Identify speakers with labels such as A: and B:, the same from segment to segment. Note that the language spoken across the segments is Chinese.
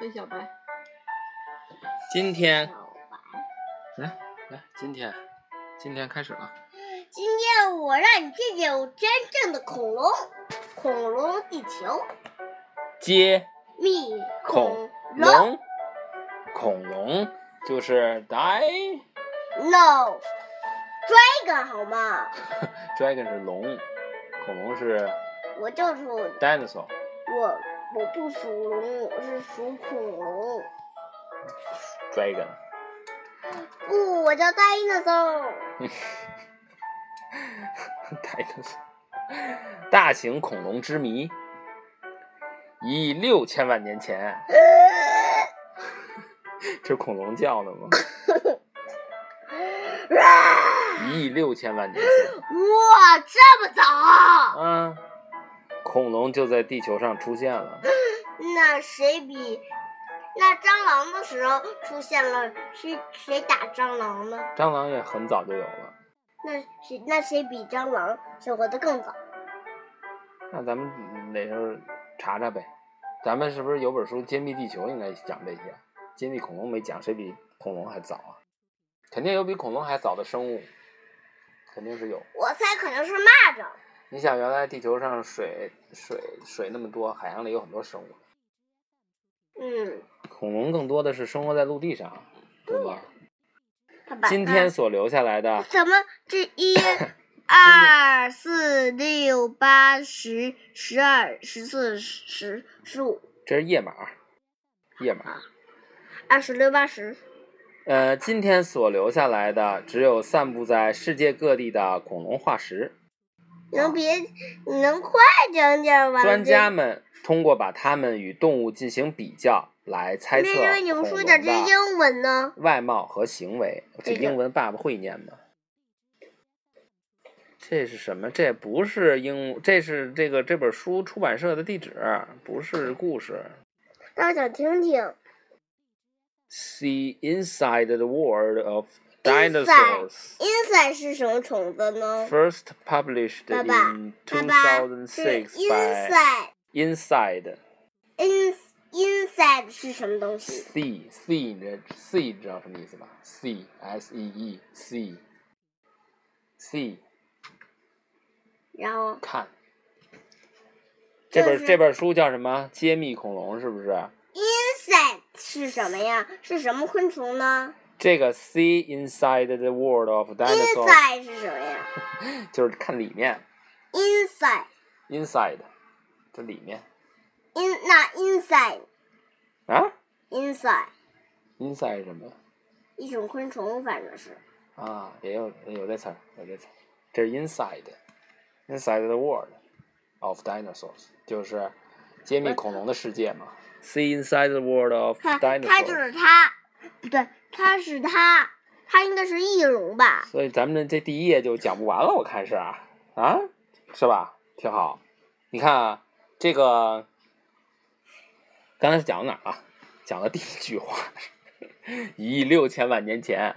A: 跟小白，
B: 今天
A: 小白，
B: 来来，今天今天开始了。
C: 今天我让你见见我真正的恐龙，恐龙地球
B: 接
C: 密
B: 恐
C: 龙。
B: 龙，恐龙就是 die
C: No dragon 好吗？
B: dragon 是龙，恐龙是
C: 我就是我，
B: dinosaur。
C: 我我不属龙，我是属恐龙。
B: dragon
C: 不，我叫 dinosaur。
B: dinosaur，大型恐龙之谜。一亿六千万年前， 这是恐龙叫的吗？一亿六千万年前。
C: 哇，这么早？
B: 啊，恐龙就在地球上出现了。
C: 那谁比？那蟑螂的时候出现了，是谁打蟑螂呢？
B: 蟑螂也很早就有了。
C: 那谁那谁比蟑螂生活的更早？
B: 那咱们哪时候查查呗？咱们是不是有本书《揭秘地球》应该讲这些？揭秘恐龙没讲，谁比恐龙还早啊？肯定有比恐龙还早的生物，肯定是有。
C: 我猜可能是蚂蚱。
B: 你想，原来地球上水水水那么多，海洋里有很多生物，
C: 嗯，
B: 恐龙更多的是生活在陆地上，对吧？
C: 爸爸。
B: 今天所留下来的
C: 啊怎么这一二四六八十十二十四十十五
B: 这是页码，页码。
C: 二十六八十？
B: 呃，今天所留下来的只有散布在世界各地的恐龙化石。
C: 能别你能快讲点完？
B: 专家们通过把它们与动物进行比较来猜测
C: 为什么你们
B: 恐
C: 说
B: 龙
C: 点这
B: 的
C: 英文呢？
B: 外貌和行为。这
C: 这个
B: 英文爸爸会念吗？这是什么？这不是英，这是这个这本书出版社的地址，不是故事。
C: 那想听听。
B: See inside the world of
C: Inside
B: dinosaurs.
C: Insect 是什么虫子呢？
B: First published
C: 爸爸
B: in
C: 爸爸是
B: 2006 by
C: insect。
B: Inside
C: In insect 是什么东西？
B: C C，你这 C 知道什么意思吧？C S E E C C
C: 然后
B: 看。这本
C: 就是
B: 这本书叫什么？揭秘恐龙是不是？
C: insect 是什么呀？是什么昆虫呢
B: 这个 See inside the world of dinosaurs
C: ？insect 是什么呀
B: 就是看里面
C: ？insect
B: ，inside，这里面
C: in 那 insect
B: 啊
C: insect
B: ，inside 是什么呀？
C: 一种昆虫，反正是
B: 啊，也有有这词儿，有这词儿，这是 inside，inside the world of dinosaurs，就是揭秘恐龙的世界嘛。See inside the world of
C: 它
B: dinosaurs。
C: 它就是它，不对，它是它，它应该是翼龙吧？
B: 所以咱们这第一页就讲不完了，我看是啊啊，是吧？挺好。你看啊，这个刚才是讲到哪儿啊？讲了第一句话， 一亿六千万年前，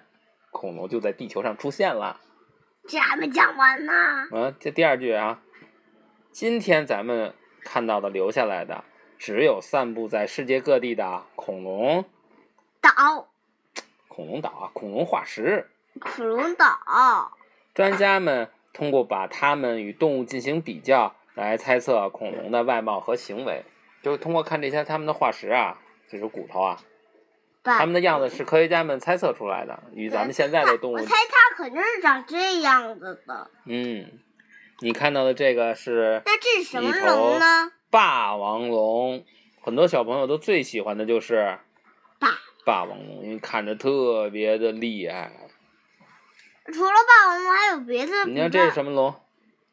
B: 恐龙就在地球上出现了。
C: 这还没讲完呢。
B: 嗯，这第二句啊，今天咱们看到的留下来的，只有散布在世界各地的恐龙、
C: 岛，
B: 恐龙岛啊、恐龙化石。
C: 恐龙岛，
B: 专家们通过把它们与动物进行比较，来猜测恐龙的外貌和行为，就是通过看这些它们的化石啊，就是骨头啊，
C: 它
B: 它们的样子是科学家们猜测出来的，与咱们现在的动物
C: 啊我猜它肯定是长这样子的。
B: 嗯，你看到的这个是
C: 那这是什么
B: 一头
C: 龙呢？
B: 霸王龙，很多小朋友都最喜欢的就是
C: 霸
B: 霸王龙，因为看着特别的厉害。
C: 除了霸王龙，还有别的？
B: 你看这是什么龙？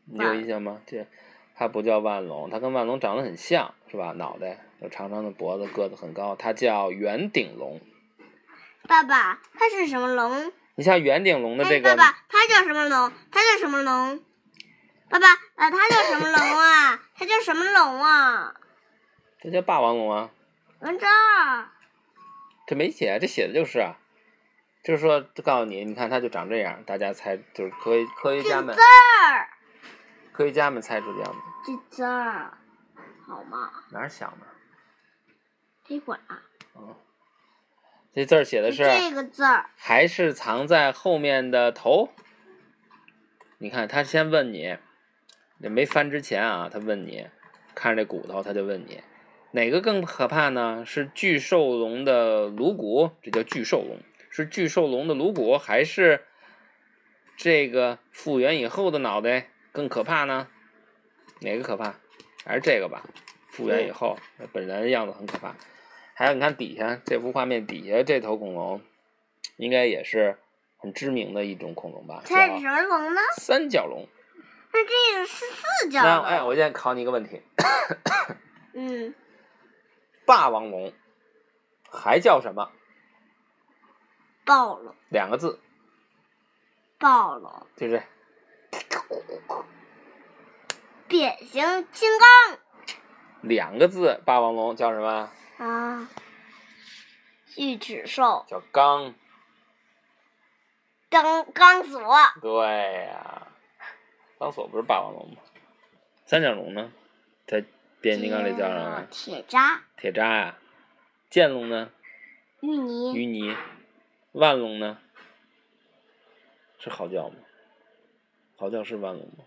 B: 你有
C: 霸
B: 印象吗？这它不叫万龙，它跟万龙长得很像，是吧？脑袋有长长的脖子，个子很高，它叫圆顶龙。
C: 爸爸，它是什么龙？
B: 你像圆顶龙的
C: 哎
B: 这个
C: 爸爸，它叫什么龙？它叫什么龙？爸爸，呃，它叫什么龙啊？它叫什么龙啊？
B: 这叫霸王龙啊，
C: 文章儿，
B: 这没写，这写的就是啊，就是说告诉你，你看它就长这样，大家猜就是科学科学
C: 这
B: 家
C: 字
B: 们
C: 儿，
B: 科学家们猜出这样的，
C: 这字儿，好吗？
B: 哪儿想的？
C: 一会儿啊，
B: 这字儿写的是
C: 这个字儿，
B: 还是藏在后面的头？你看，他先问你，也没翻之前啊，他问你，看着这骨头，他就问你，哪个更可怕呢？是巨兽龙的颅骨，这叫巨兽龙，是巨兽龙的颅骨，还是这个复原以后的脑袋更可怕呢？哪个可怕？还是这个吧，复原以
C: 嗯
B: 后本人样子很可怕。还有你看底下这幅画面底下这头恐龙，应该也是很知名的一种恐龙吧？
C: 猜
B: 叫
C: 是什么龙呢？
B: 三角龙。
C: 那这个是四角
B: 那
C: 龙。
B: 哎，我现在考你一个问题：
C: 嗯，
B: 霸王龙还叫什么？
C: 暴龙，
B: 两个字，
C: 暴龙，
B: 就是
C: 变形金刚
B: 两个字。霸王龙叫什么？
C: 啊，巨齿兽，
B: 叫刚。
C: 钢钢索，
B: 对呀、钢索不是霸王龙吗？三角龙呢？在变形金刚里叫什
C: 啊
B: 么？
C: 铁渣，
B: 铁渣呀、剑龙呢？
C: 芋泥，
B: 淤泥，万龙呢？是嚎叫吗？嚎叫是万龙吗？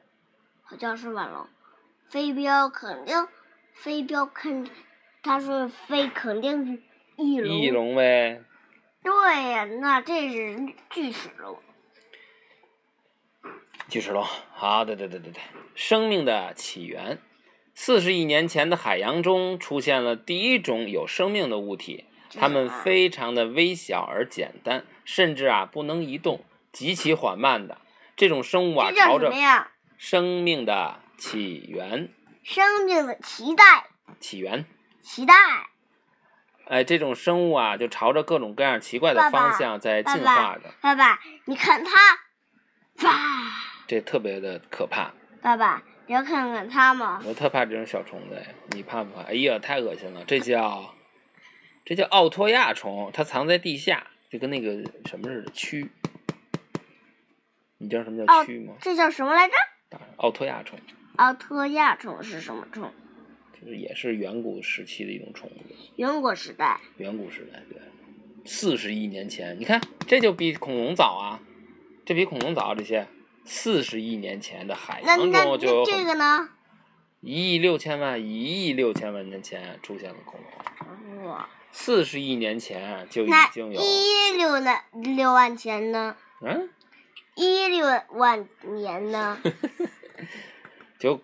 C: 好像是晚龙，飞镖肯定，飞镖肯，他说飞肯定是翼龙，
B: 翼龙呗，
C: 对呀，那这是巨齿龙，
B: 巨齿龙。好，对对对对对，生命的起源。四十亿年前的海洋中出现了第一种有生命的物体，它们
C: 啊
B: 非常的微小而简单，甚至啊不能移动，极其缓慢的。这种生物啊，
C: 这叫
B: 朝
C: 什
B: 着
C: 么呀？
B: 生命的起源
C: 生命的脐带，
B: 起源
C: 脐带。
B: 哎，这种生物啊，就朝着各种各样奇怪的
C: 爸爸
B: 方向在
C: 爸
B: 进
C: 爸
B: 化着，
C: 爸爸，你看它，哇！
B: 这特别的可怕。
C: 爸爸，你要看看它吗？
B: 我特怕这种小虫子，哎你怕不怕？哎呀，太恶心了！这叫这叫奥托亚虫，它藏在地下，就跟那个什么似的蛆。你知道什么叫
C: 奥
B: 蛆吗？
C: 这叫什么来着？
B: 打奥托亚虫
C: 奥特亚虫是什么虫？
B: 就是也是远古时期的一种虫子，
C: 远古时代，
B: 远古时代对，四十亿年前，你看这就比恐龙早啊，这比恐龙早这些。四十亿年前的海
C: 那
B: 洋
C: 那
B: 中就有
C: 那
B: 很
C: 这个呢？
B: 一亿六千万、一亿六千万年前出现了恐龙，
C: 哇，
B: 四十亿年前就已
C: 那
B: 经有，
C: 一六呢？六万年呢？
B: 嗯，
C: 一六万 年呢？
B: 就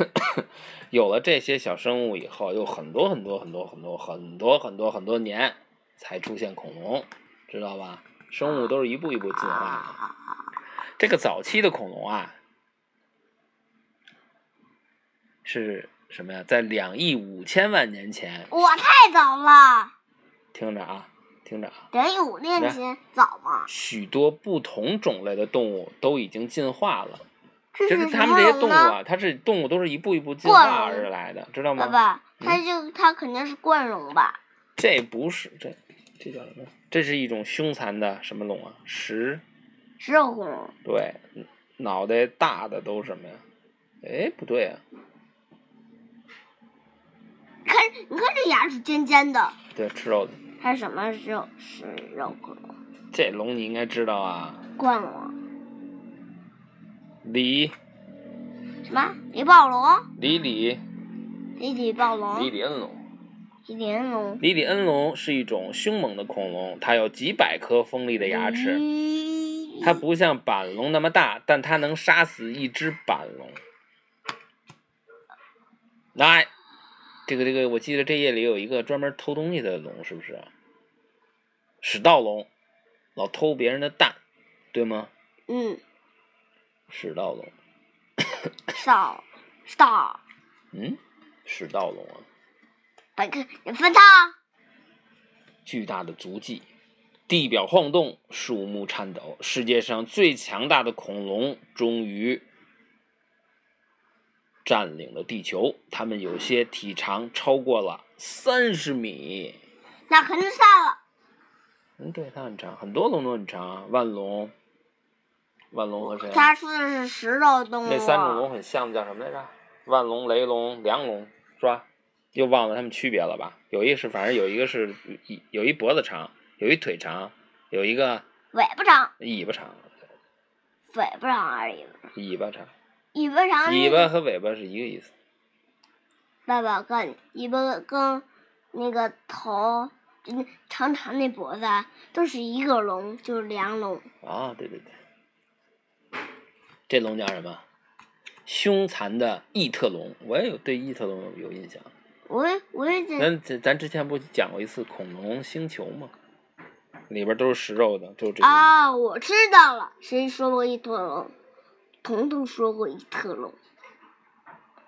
B: 有了这些小生物以后，有很多很多很多很多很多很多很多年才出现恐龙，知道吧？生物都是一步一步进化
C: 啊，
B: 的。这个早期的恐龙啊，是什么呀？在两亿五千万年前，
C: 我太早了，
B: 听着啊，听着啊，
C: 等于五年前早吗？
B: 许多不同种类的动物都已经进化了，
C: 这
B: 就是是
C: 什
B: 它
C: 么
B: 们这些
C: 龙
B: 动物
C: 呢？
B: 啊，它是动物都是一步一步进化
C: 过
B: 而
C: 龙
B: 来的，知道
C: 爸
B: 吗？
C: 爸，它就它肯定是冠龙吧？
B: 这不是这这叫什么？这是一种凶残的什么龙啊？石
C: 石头恐龙，
B: 对，脑袋大的都是什么呀？哎，不对啊，
C: 你看你看这牙齿尖尖的。
B: 对，吃肉的
C: 它什么时候是肉恐龙？
B: 这龙你应该知道啊，
C: 冠龙
B: 李
C: 什么？李暴龙、
B: 李李
C: 李李暴
B: 李
C: 龙、
B: 李恩龙。
C: 李鳞龙、
B: 李李恩龙是一种凶猛的恐龙，它有几百颗锋利的牙齿。
C: 嗯
B: 它不像板龙那么大，但它能杀死一只板龙。来，这个这个，我记得这夜里有一个专门偷东西的龙，是不是？屎盗龙，老偷别人的蛋，对吗？
C: 嗯，
B: 屎盗龙，
C: 少少，
B: 嗯，屎盗龙啊，
C: 把个你分它，
B: 巨大的足迹，地表晃动，树木颤抖，世界上最强大的恐龙终于占领了地球。它们有些体长超过了三十米。
C: 那肯定散了。
B: 嗯，对，它很长，很多龙都很长啊，万龙，万龙和谁啊？
C: 它说的是食肉动物，啊
B: 那三种龙很像，叫什么来着？万龙、雷龙、梁龙，是吧？又忘了它们区别了吧？有一是反正有一个是有一脖子长，有一腿长，有一个
C: 尾巴长，
B: 尾巴长，
C: 尾巴长而已，
B: 尾巴长，
C: 尾巴长。
B: 尾巴和尾巴是一个意思。
C: 爸爸跟尾巴跟那个头，就那长长那脖子啊都是一个龙，就是梁龙。
B: 啊，对对对，这龙叫什么？凶残的异特龙，我也有对异特龙有有印象。
C: 我也我也在
B: 咱咱咱之前不讲过一次恐龙星球吗？里边都是食肉的，就这个。
C: 啊，我知道了，谁说过一特龙？彤彤说过一特龙。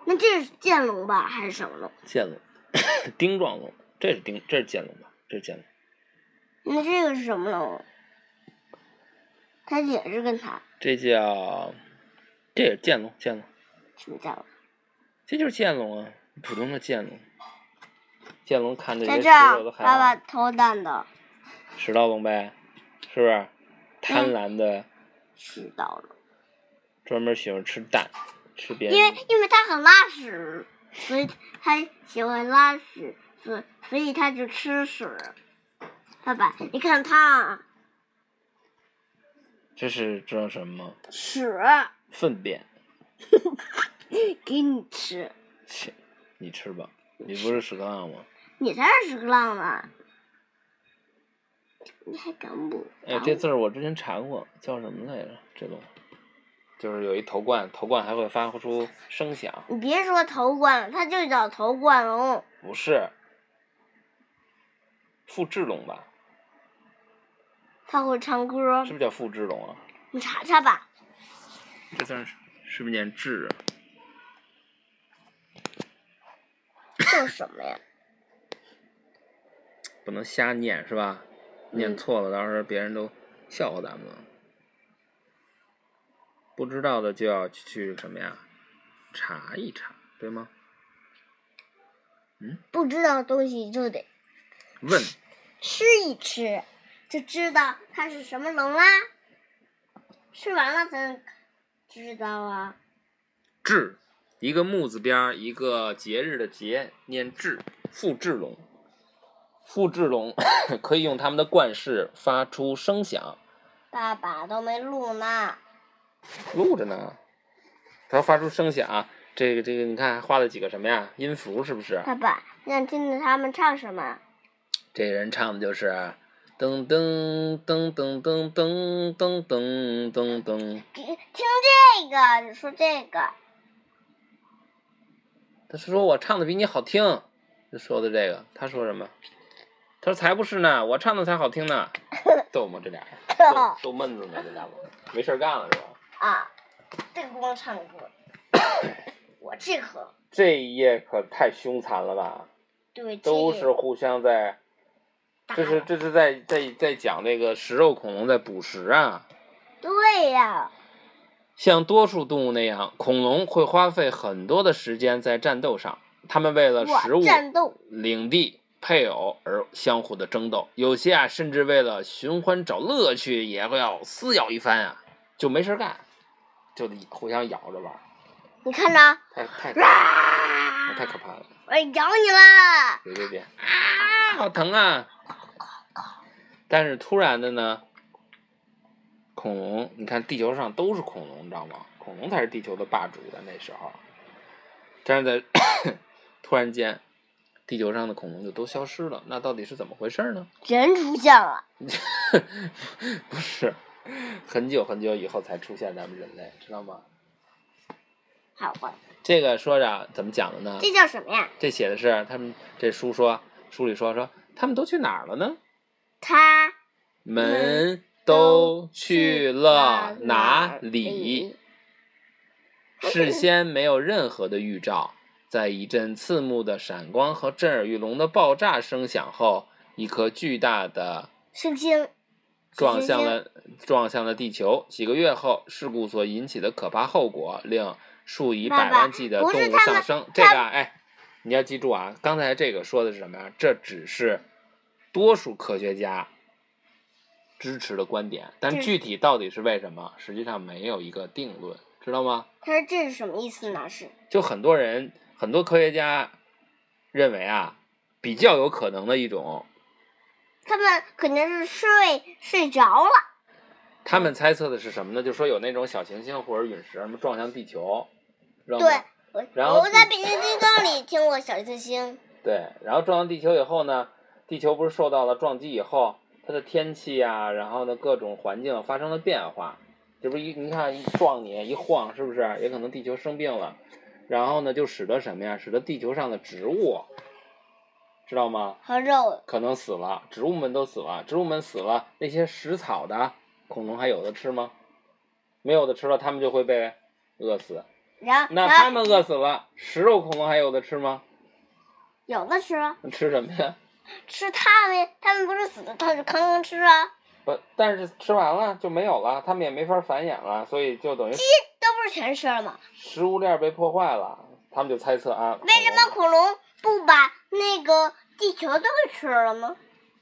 C: 那这是剑龙吧，还是什么龙？
B: 剑龙、 丁状龙，这是丁，这是剑龙吧？这是剑龙，
C: 那这个是什么龙？它也是跟它
B: 这叫这也是剑龙，剑龙，
C: 什么叫龙？
B: 这就是剑龙啊，普通的剑龙。剑龙看着
C: 在
B: 些
C: 这
B: 食肉
C: 儿
B: 都，害
C: 爸爸
B: 怕，
C: 偷蛋的
B: 食盗龙呗，是不是？贪
C: 嗯
B: 婪的，
C: 吃到了，
B: 专门喜欢吃蛋，吃别人
C: 因为因为它很拉屎，所以它喜欢拉屎，所所以它就吃屎。爸爸，你看它
B: 这是知道什么吗？
C: 屎
B: 粪便，
C: 给你吃，
B: 切，你吃吧，你不是屎啊壳郎吗？
C: 你才是屎壳郎呢！你还敢不？
B: 哎，这字儿我之前查过，叫什么来着？这东西就是有一头冠，头冠还会发出声响，
C: 你别说头冠了，它就叫头冠龙。
B: 不是复制龙吧？
C: 它会唱歌
B: 是，不是叫复制龙啊？
C: 你查查吧。
B: 这字儿是是不是念制啊？
C: 这是什么呀？
B: 不能瞎念是吧？念错了，到时候别人都笑话咱们了。不知道的就要去什么呀？查一查，对吗？
C: 不知道东西就得
B: 问
C: 吃一吃，就知道它是什么龙啦。吃完了才能知道啊。
B: 至，一个木字边儿，一个节日的节，念至，复制龙。复制龙 可以用它们的冠饰发出声响，
C: 爸爸都没录呢，
B: 录着呢。它要发出声响，这个这个，你看还画了几个什么呀？音符是不是？
C: 爸爸想听听他们唱什么？
B: 这人唱的就是噔噔噔噔噔噔噔噔噔噔。
C: 听听这个，你说这个，
B: 他是说我唱的比你好听，就说的这个。他说什么？他说才不是呢，我唱的才好听呢。逗吗？这俩人逗逗闷子呢，这俩伙没事儿干了是吧？
C: 啊，这个不能唱歌，我这个
B: 这一页可太凶残了吧！
C: 对这
B: 都
C: 个
B: 是互相在，
C: 打
B: 这是这是在在在讲这个食肉恐龙在捕食啊。
C: 对呀、
B: 像多数动物那样，恐龙会花费很多的时间在战斗上。它们为了呃食
C: 我
B: 物、
C: 战斗
B: 领地、配偶而相互的争斗，有些啊，甚至为了寻欢找乐趣，也会要撕咬一番啊，就没事儿干，就得互相咬着玩儿，
C: 你看着，
B: 太太
C: 啊
B: 太可怕了！
C: 我咬你啦！
B: 别别别，啊，好疼啊！但是突然的呢，恐龙，你看地球上都是恐龙，你知道吗？恐龙才是地球的霸主的那时候。但是在 突然间，地球上的恐龙就都消失了，那到底是怎么回事呢？
C: 人出现了，
B: 不是，很久很久以后才出现咱们人类，知道吗？
C: 好吧，
B: 这个说着怎么讲的呢？
C: 这叫什么呀？
B: 这写的是他们这书说书里说说他们都去哪儿了呢？
C: 他
B: 们
C: 都
B: 都
C: 去
B: 去
C: 了
B: 了
C: 哪
B: 哪
C: 里
B: 里？事先没有任何的预兆，在一阵刺目的闪光和震耳欲聋的爆炸声响后，一颗巨大的
C: 是星
B: 撞向了撞向了地球。几个月后，事故所引起的可怕后果令数以
C: 爸
B: 百
C: 爸
B: 万计的
C: 不
B: 动
C: 是
B: 物
C: 他们
B: 丧生。这个啊哎，你要记住啊，刚才这个说的是什么呀？这只是多数科学家支持的观点，但
C: 这
B: 具体到底是为什么，实际上没有一个定论，知道吗？
C: 他说这是什么意思呢？是
B: 就很多人，很多科学家认为啊，比较有可能的一种，
C: 他们肯定是睡睡着了，
B: 他们猜测的是什么呢？就说有那种小行星或者陨石什么撞向地球，然后
C: 对。我
B: 嗯然后
C: 我在变形金刚里听过小星星，
B: 对，然后撞到地球以后呢，地球不是受到了撞击以后，它的天气啊，然后呢各种环境发生了变化，这不一你看一撞你一晃，是不是也可能地球生病了？然后呢，就使得什么呀？使得地球上的植物，知道吗？
C: 和肉
B: 可能死了，植物们都死了，植物们死了，那些食草的恐龙还有的吃吗？没有的吃了，它们就会被饿死。
C: 然后
B: 那
C: 然
B: 它
C: 后
B: 们饿死了，食肉恐龙还有的吃吗？
C: 有的吃啊，
B: 吃什么呀？
C: 吃它们，它们不是死了，它是吭吭吃啊，
B: 不，但是吃完了就没有了，它们也没法繁衍了，所以就等于
C: 都不是全吃了吗？
B: 食物链被破坏了。他们就猜测啊，
C: 为什么
B: 恐
C: 恐龙不把那个地球都给吃了吗？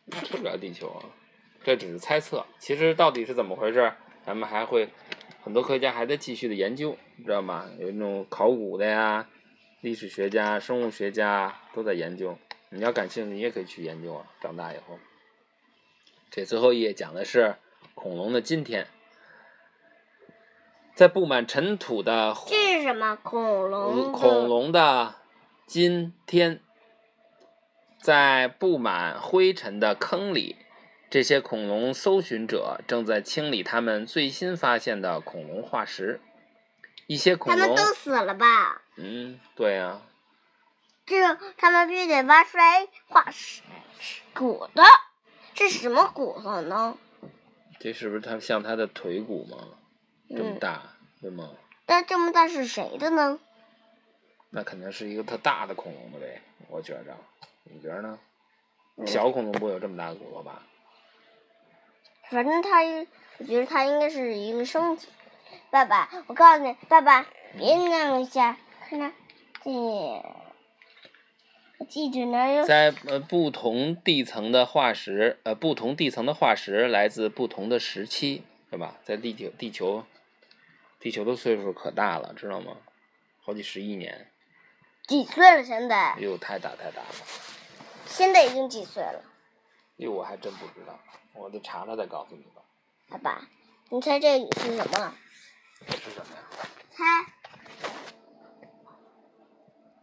B: 龙吃不了地球啊？这只是猜测，其实到底是怎么回事儿，咱们还会很多科学家还在继续的研究，你知道吗？有那种考古的呀，历史学家、生物学家都在研究。你要感兴趣，你也可以去研究啊。长大以后，这最后一页讲的是恐龙的今天，在布满尘土的
C: 这是什么？恐龙
B: 嗯
C: 的
B: 恐龙的今天，在布满灰尘的坑里，这些恐龙搜寻者正在清理他们最新发现的恐龙化石。一些
C: 他
B: 恐
C: 们
B: 龙
C: 都，死了吧？
B: 嗯，对呀、
C: 这他们必须得挖出来化石骨头，这是什么骨头呢？
B: 这是不是它像它的腿骨吗？这么
C: 嗯，
B: 大，对吗？
C: 那这么大是谁的呢？
B: 那肯定是一个特大的恐龙了呗，我觉着，你觉着呢？
C: 嗯
B: 小恐龙不会有这么大的骨头吧？
C: 反正他应，我觉得他应该是一个生体。爸爸，我告诉你，爸爸，别弄一下，看看这，我记着呢， 有
B: 在呃不同地层的化石，呃不同地层的化石来自不同的时期，对吧？在地球地球地球的岁数可大了，知道吗？好几十亿年，
C: 几岁了？现在
B: 哎，呦，太大太大了，
C: 现在已经几岁了？
B: 哎呦，我还真不知道，我得查查再告诉你吧。
C: 爸爸，你猜这里是什么？
B: 这是什么呀？
C: 猜，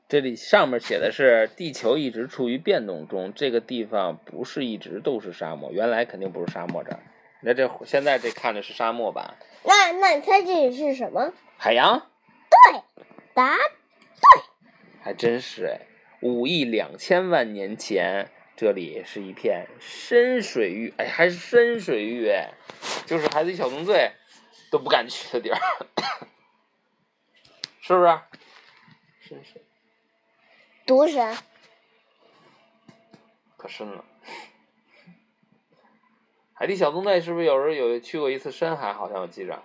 B: 这里上面写的是地球一直处于变动中，这个地方不是一直都是沙漠，原来肯定不是沙漠这儿。那这现在这看着是沙漠吧？
C: 那那你猜这里是什么？
B: 海洋？
C: 答
B: 还真是哎，五亿两千万年前，这里是一片深水域，哎，还是深水域哎，就是孩子一小纵队都不敢去的地儿，是啊不是？深水
C: 毒神，
B: 可深了。海底小纵队是不是有时候有去过一次深海？好像我记着，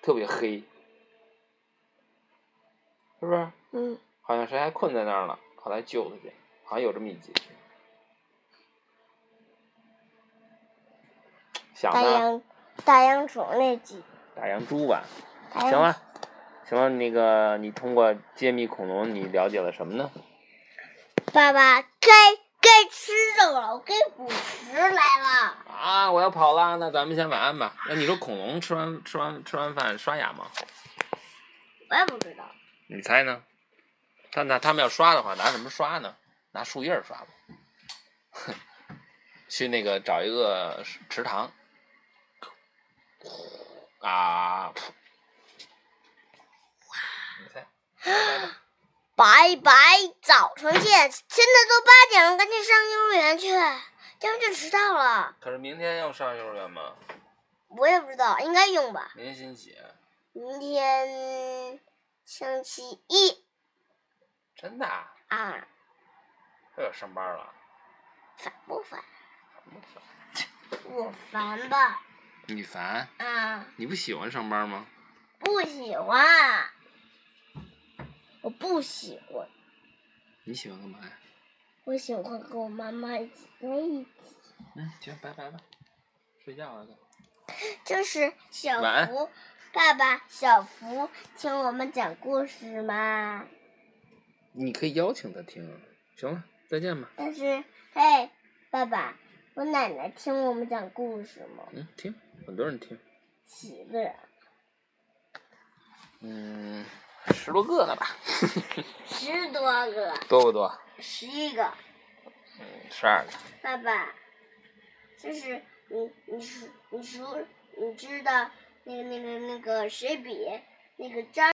B: 特别黑，是不是？
C: 嗯，
B: 好像谁还困在那儿了，后来救他去，好像有这么一集。想
C: 大
B: 呢，
C: 洋大洋虫那集，
B: 打洋猪吧，
C: 大
B: 行
C: 洋
B: 了，行了，那个你通过揭秘恐龙，你了解了什么呢？
C: 爸爸该该吃肉了，我该捕食来了。
B: 啊，我要跑啦，那咱们先晚安吧。那你说恐龙吃完吃完吃完饭刷牙吗？
C: 我也不知道，
B: 你猜呢？他那他们要刷的话，拿什么刷呢？拿树叶儿刷吧。 去那个找一个池塘，啊，噗你猜？
C: 拜拜，早晨见。现在都八点了，赶紧上幼儿园去，要不就迟到了。
B: 可是明天要上幼儿园吗？
C: 我也不知道，应该用吧。
B: 明天星期几啊？
C: 明天星期一
B: 真的啊？
C: 啊，
B: 又要上班了？
C: 烦不烦？我烦吧，
B: 你烦？
C: 啊。
B: 你不喜欢上班吗？
C: 不喜欢，我不喜欢，
B: 你喜欢干嘛呀？
C: 我喜欢跟我妈妈一起在一起，
B: 嗯，行，拜拜吧，睡觉了。
C: 就是小
B: 晚安
C: 福爸爸，小福听我们讲故事嘛。
B: 你可以邀请他听。行了，再见吧。
C: 但是，嘿，爸爸，我奶奶听我们讲故事吗？
B: 嗯，听，很多人听。
C: 几个人？
B: 嗯，十多个了吧？
C: 十多个，
B: 多不多？
C: 十一个。
B: 嗯，十二个。
C: 爸爸，就是你，你熟，你熟，你知道那个那个那个谁比那个张。